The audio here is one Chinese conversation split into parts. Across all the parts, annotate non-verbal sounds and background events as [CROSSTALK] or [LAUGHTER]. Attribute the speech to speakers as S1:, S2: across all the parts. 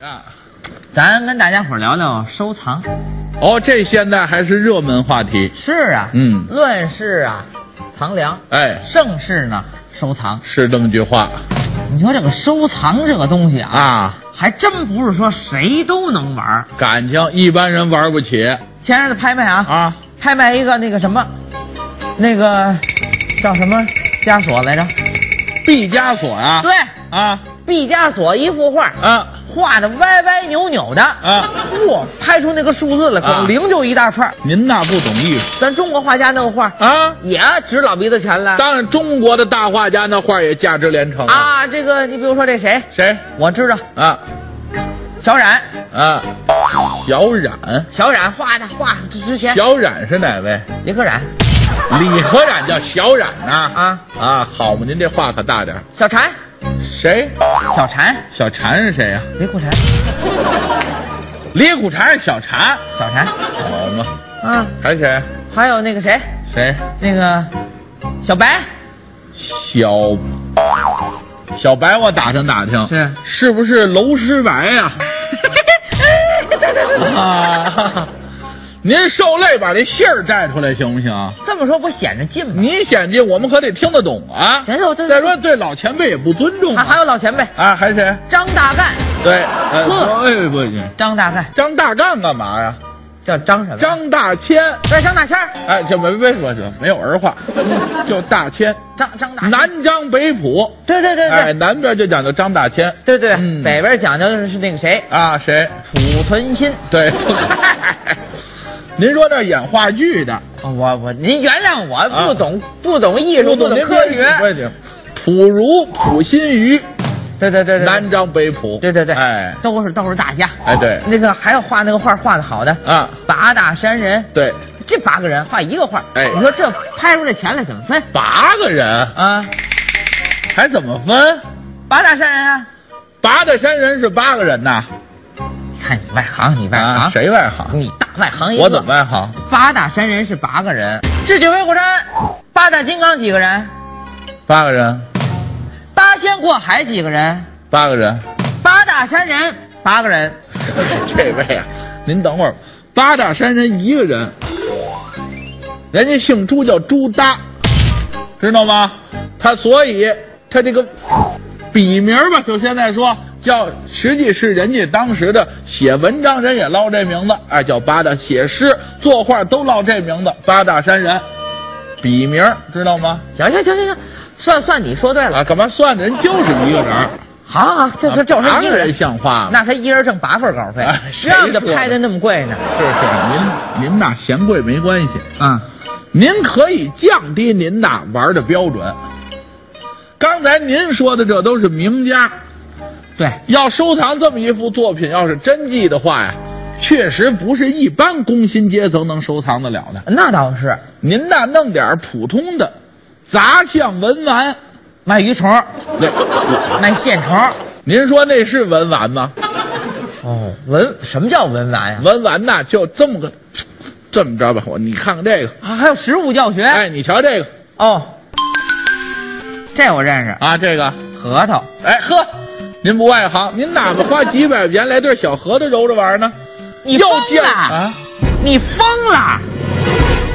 S1: 啊，
S2: 咱跟大家伙儿聊聊收藏。
S1: 哦，这现在还是热门话题。
S2: 是啊，
S1: 嗯
S2: 论是啊，藏粮；
S1: 哎，
S2: 盛世呢，收藏。
S1: 是这么句话
S2: 你说这个收藏这个东西啊，
S1: 啊，
S2: 还真不是说谁都能玩儿。
S1: 感情一般人玩不起
S2: 前日子拍卖啊，
S1: 啊。
S2: 拍卖一个那个什么，那个叫什么枷锁来着？
S1: 啊毕加索呀、啊，
S2: 对，
S1: 啊
S2: 毕加索一幅画，
S1: 啊，
S2: 画的歪歪扭扭的，
S1: 啊
S2: 哇，拍出那个数字来，
S1: 啊
S2: 光零就一大串儿。
S1: 您那不懂艺术
S2: 咱中国画家那个画
S1: 啊。
S2: 也值老鼻子钱了
S1: 当然，中国的大画家那画也价值连城啊。
S2: 啊！这个你比如说这谁，
S1: 谁
S2: 我知道
S1: 啊
S2: 小冉，
S1: 啊？小冉，
S2: 小冉画的画之之前，
S1: 小冉是哪位？
S2: 李可冉
S1: 李可冉叫小冉呐、
S2: 啊，
S1: 啊好嘛，您这话可大点儿。
S2: 小婵，
S1: 谁？
S2: 小婵，
S1: 小婵是谁呀、
S2: 李苦婵，
S1: 李苦婵是小婵，
S2: 小婵
S1: 好嘛？
S2: 啊，
S1: 还谁？
S2: 还有那个谁，
S1: 谁？
S2: 那个小白
S1: 小小白，我打听打听，
S2: 是
S1: 是不是娄师白
S2: [LAUGHS]
S1: 呀、啊？您受累把这信儿带出来行不行？
S2: 这么说不显着近吗？
S1: 你显进我们可得听得懂啊！
S2: 行行我这
S1: 再说对老前辈也不尊重
S2: 还还
S1: 啊！
S2: 有老前辈
S1: 啊，还谁？
S2: 张大干，
S1: 对，呃
S2: 呵
S1: 哎不行，
S2: 张大干
S1: 张大干干嘛呀？
S2: 叫张什么？
S1: 张大千，
S2: 对张大千儿，
S1: 哎，这没没说没有儿
S2: [LAUGHS]
S1: 化，就大千，
S2: 张张大，
S1: 南张北朴，
S2: 对对对
S1: 哎，
S2: 对
S1: 南边就讲究张大千
S2: 对对
S1: 嗯
S2: 对，北边讲究的是那个谁，
S1: 啊，谁？
S2: 濮存昕。 [LAUGHS]
S1: 对，您说这演话剧的，
S2: 哦我我，您原谅
S1: 啊
S2: 我不懂、不懂艺术，不懂
S1: 您
S2: 科
S1: 不
S2: 学。
S1: 行，朴如、朴新余，
S2: 对对对对，
S1: 南张北朴，
S2: 对对对，
S1: 哎
S2: 都是都是大家。
S1: 哎对
S2: 那个还有画那个画画的好的，
S1: 啊，
S2: 八大山人，
S1: 对，
S2: 这八个人画一个画，
S1: 哎
S2: 你说这拍出这钱来怎么分
S1: 八个人
S2: 啊？
S1: 还怎么分？
S2: 八大山人啊，
S1: 八大山人是八个人呐，
S2: 你看你外行，你外行，
S1: 啊，？谁外行？
S2: 你大外行一个
S1: 我怎么？外行？
S2: 八大山人是八个人，智取威虎山，八大金刚几个人？
S1: 八个人，
S2: 八仙过海几个人？
S1: 八个人，
S2: 八大山人八个人，
S1: [LAUGHS] 这位啊，您等会儿，八大山人一个人，人家姓朱叫朱耷，知道吗？他所以他这个笔名吧，就现在说叫，实际是人家当时的写文章人也落这名字，哎，叫八大；写诗、作画都落这名字，八大山人，笔名知道吗？
S2: 行行行行行，算算你说对了。
S1: 啊，干嘛算的人就是一个人儿，
S2: 好好，好，就就就
S1: 八
S2: 是一
S1: 个
S2: 个
S1: 人
S2: 人，
S1: 像话吗？
S2: 那他一人挣八份稿费
S1: 哎，啊谁
S2: 让这
S1: 说的
S2: 拍的那么贵呢？
S1: 是是，您您呐嫌贵没关系，
S2: 啊，
S1: 您可以降低您呐玩的标准。刚才您说的这都是名家，
S2: 对，
S1: 要收藏这么一幅作品，要是真迹的话呀，确实不是一般工薪阶层能收藏得了的。
S2: 那倒是，
S1: 您呐弄点儿普通的杂项文玩，
S2: 卖鱼虫，
S1: 对，
S2: 卖线虫。
S1: 您说那是文玩吗？
S2: 哦，文什么叫文玩啊呀？
S1: 文玩呐就这么个，这么着吧，我你看看这个，
S2: 啊，还有实物教学。
S1: 哎，你瞧这个
S2: 哦，这我认识，
S1: 啊，这个。
S2: 核桃。
S1: 哎呵，您不外行，您哪怕花几百块钱来对小核桃揉着玩呢？
S2: 你
S1: 又
S2: 疯
S1: 见
S2: 了？
S1: 啊？
S2: 你疯了？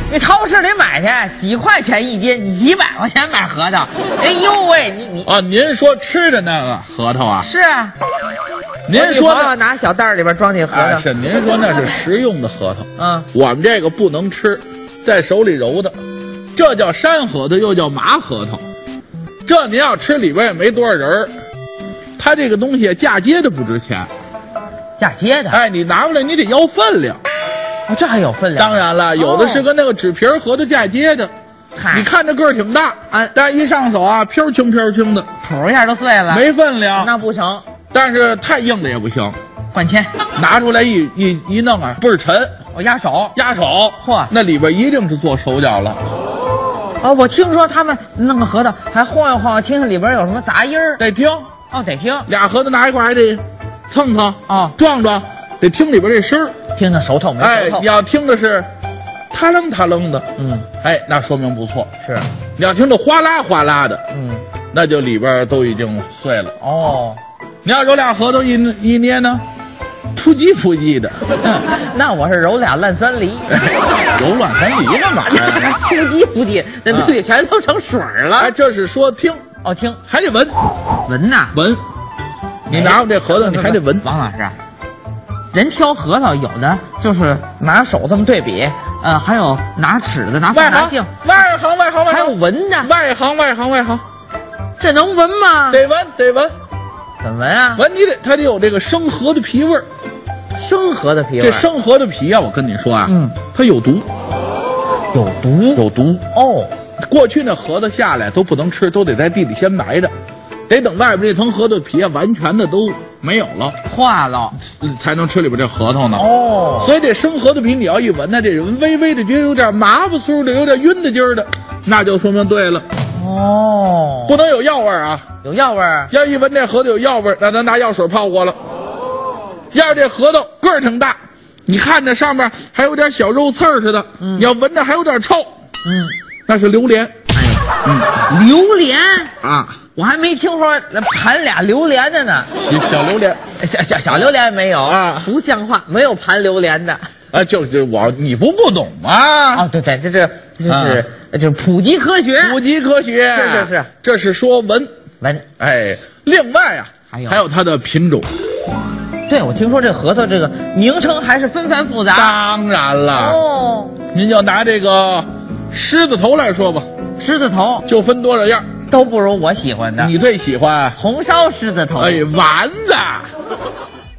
S2: 你超市里买去，几块钱一斤，你几百块钱买核桃？哎呦喂，你你
S1: 啊，您说吃的那个核桃啊？
S2: 是啊？
S1: 您说
S2: 我女朋友
S1: 的
S2: 拿小袋儿里边装进核
S1: 哎
S2: 桃，
S1: 是您说那是食用的核桃，
S2: 啊？
S1: 我们这个不能吃，在手里揉的，这叫山核桃，又叫麻核桃。这您要吃里边也没多少人儿，它这个东西嫁接的不值钱。
S2: 嫁接的，
S1: 哎，你拿回来你得要分量。
S2: 哦这还有分量？哦
S1: 当，然了，有的是跟那个纸皮儿核桃嫁接的。
S2: 嗨，
S1: 你看这个儿挺大
S2: 啊
S1: 但一上手啊，飘轻飘轻的，
S2: 土一下都碎了，哦
S1: 没分量。
S2: 哎那不成，
S1: 但是太硬的也不行，
S2: 换铅，
S1: 拿出来一一一弄啊，倍儿沉。
S2: 我压手。
S1: 压手，
S2: 嚯
S1: 那里边一定是做手脚了，
S2: 哦，我听说他们弄个核桃还晃悠晃悠，听听里边有什么杂音儿。
S1: 得听。
S2: 哦，得听，
S1: 俩核桃拿一块儿还得蹭蹭
S2: 哦
S1: 撞撞，得听里边这声儿。
S2: 听听熟透没
S1: 哎
S2: 熟，透
S1: 你？要听的是，塌楞塌楞的，
S2: 嗯，
S1: 哎，那说明不错。
S2: 是，
S1: 你要听着哗啦哗啦的，
S2: 嗯，
S1: 那就里边都已经碎了。
S2: 哦， [LAUGHS]
S1: 你要有俩核桃一一捏呢，扑叽扑叽的，
S2: [LAUGHS]
S1: 啊
S2: 那我是揉俩烂酸 [LAUGHS] 梨，
S1: 揉乱三梨
S2: [LAUGHS]
S1: 干嘛呀？
S2: 扑叽扑叽，那
S1: 啊
S2: 肚里全都成水儿
S1: 哎，
S2: 了。
S1: 这是说听，
S2: 哦，听
S1: 还得闻
S2: 闻呐，
S1: 闻。你拿我这核桃，你还得闻。
S2: 王老师啊，人挑核桃有的就是拿手这么对比，呃，还有拿尺子、拿放
S1: 外
S2: 大
S1: 行
S2: 镜，，
S1: 外行，外行，外
S2: 还有啊
S1: 行，
S2: 闻呢。
S1: 外行，外行，外行，
S2: 这能闻吗？
S1: 得闻，得闻，
S2: 怎么闻啊？
S1: 闻你得，它得有这个生核的皮味儿。
S2: 生核的皮味
S1: 这生核的皮啊，我跟你说啊，
S2: 嗯，
S1: 它有毒，
S2: 有毒
S1: 有毒。
S2: 哦，
S1: 过去那核桃下来都不能吃，都得在地里先埋着，得等外边这层核桃皮啊完全的都没有了，
S2: 化了
S1: 嗯才能吃里边这核桃呢。
S2: 哦
S1: 所以这生核桃皮，你要一闻它，这人微微的觉得有点麻不酥的，有点晕的劲儿的，那就说明对了，
S2: 哦，
S1: 不能有药味儿啊！
S2: 有药味儿，
S1: 要一闻这核桃有药味儿，那咱拿药水泡过了。要是这核桃个儿挺大，你看着上面还有点小肉刺儿似的，
S2: 嗯
S1: 你要闻着还有点臭，
S2: 嗯，
S1: 那是榴莲。嗯
S2: 榴莲，
S1: 啊，
S2: 我还没听说那盘俩榴莲的呢，
S1: 小榴莲。
S2: 小小小榴莲没有
S1: 啊
S2: 不像话，没有盘榴莲的。
S1: 啊，就就我你不不懂吗？
S2: 哦，对对，这这这是、
S1: 啊
S2: 这是普及科学，
S1: 普及科学
S2: 是是是
S1: 这是说文，
S2: 闻。
S1: 哎，另外啊，
S2: 还有
S1: 它的品种，
S2: 对，我听说这核桃这个名称还是纷繁复杂。
S1: 当然了，
S2: 哦，
S1: 您就拿这个狮子头来说吧，
S2: 狮子头
S1: 就分多少样，
S2: 都不如我喜欢的。
S1: 你最喜欢？哎
S2: 红烧狮子头，
S1: 哎，丸子，